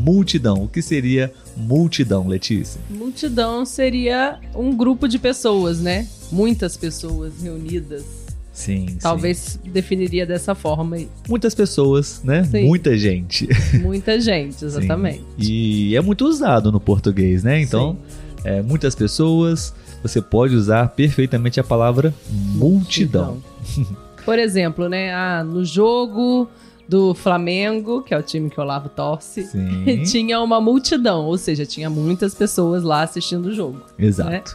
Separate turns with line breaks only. multidão. O que seria multidão, Letícia?
Multidão seria um grupo de pessoas, né? Muitas pessoas reunidas.
Sim,
Talvez definiria dessa forma aí.
sim. Muitas pessoas, né?
Sim.
Muita gente.
Muita gente, exatamente.
E é muito usado no português, né? Então, é, muitas pessoas, você pode usar perfeitamente a palavra multidão.
Por exemplo, né? Ah, no jogo do Flamengo, que é o time que o Olavo torce,
Sim,
tinha uma multidão, ou seja, tinha muitas pessoas lá assistindo o jogo.
exato.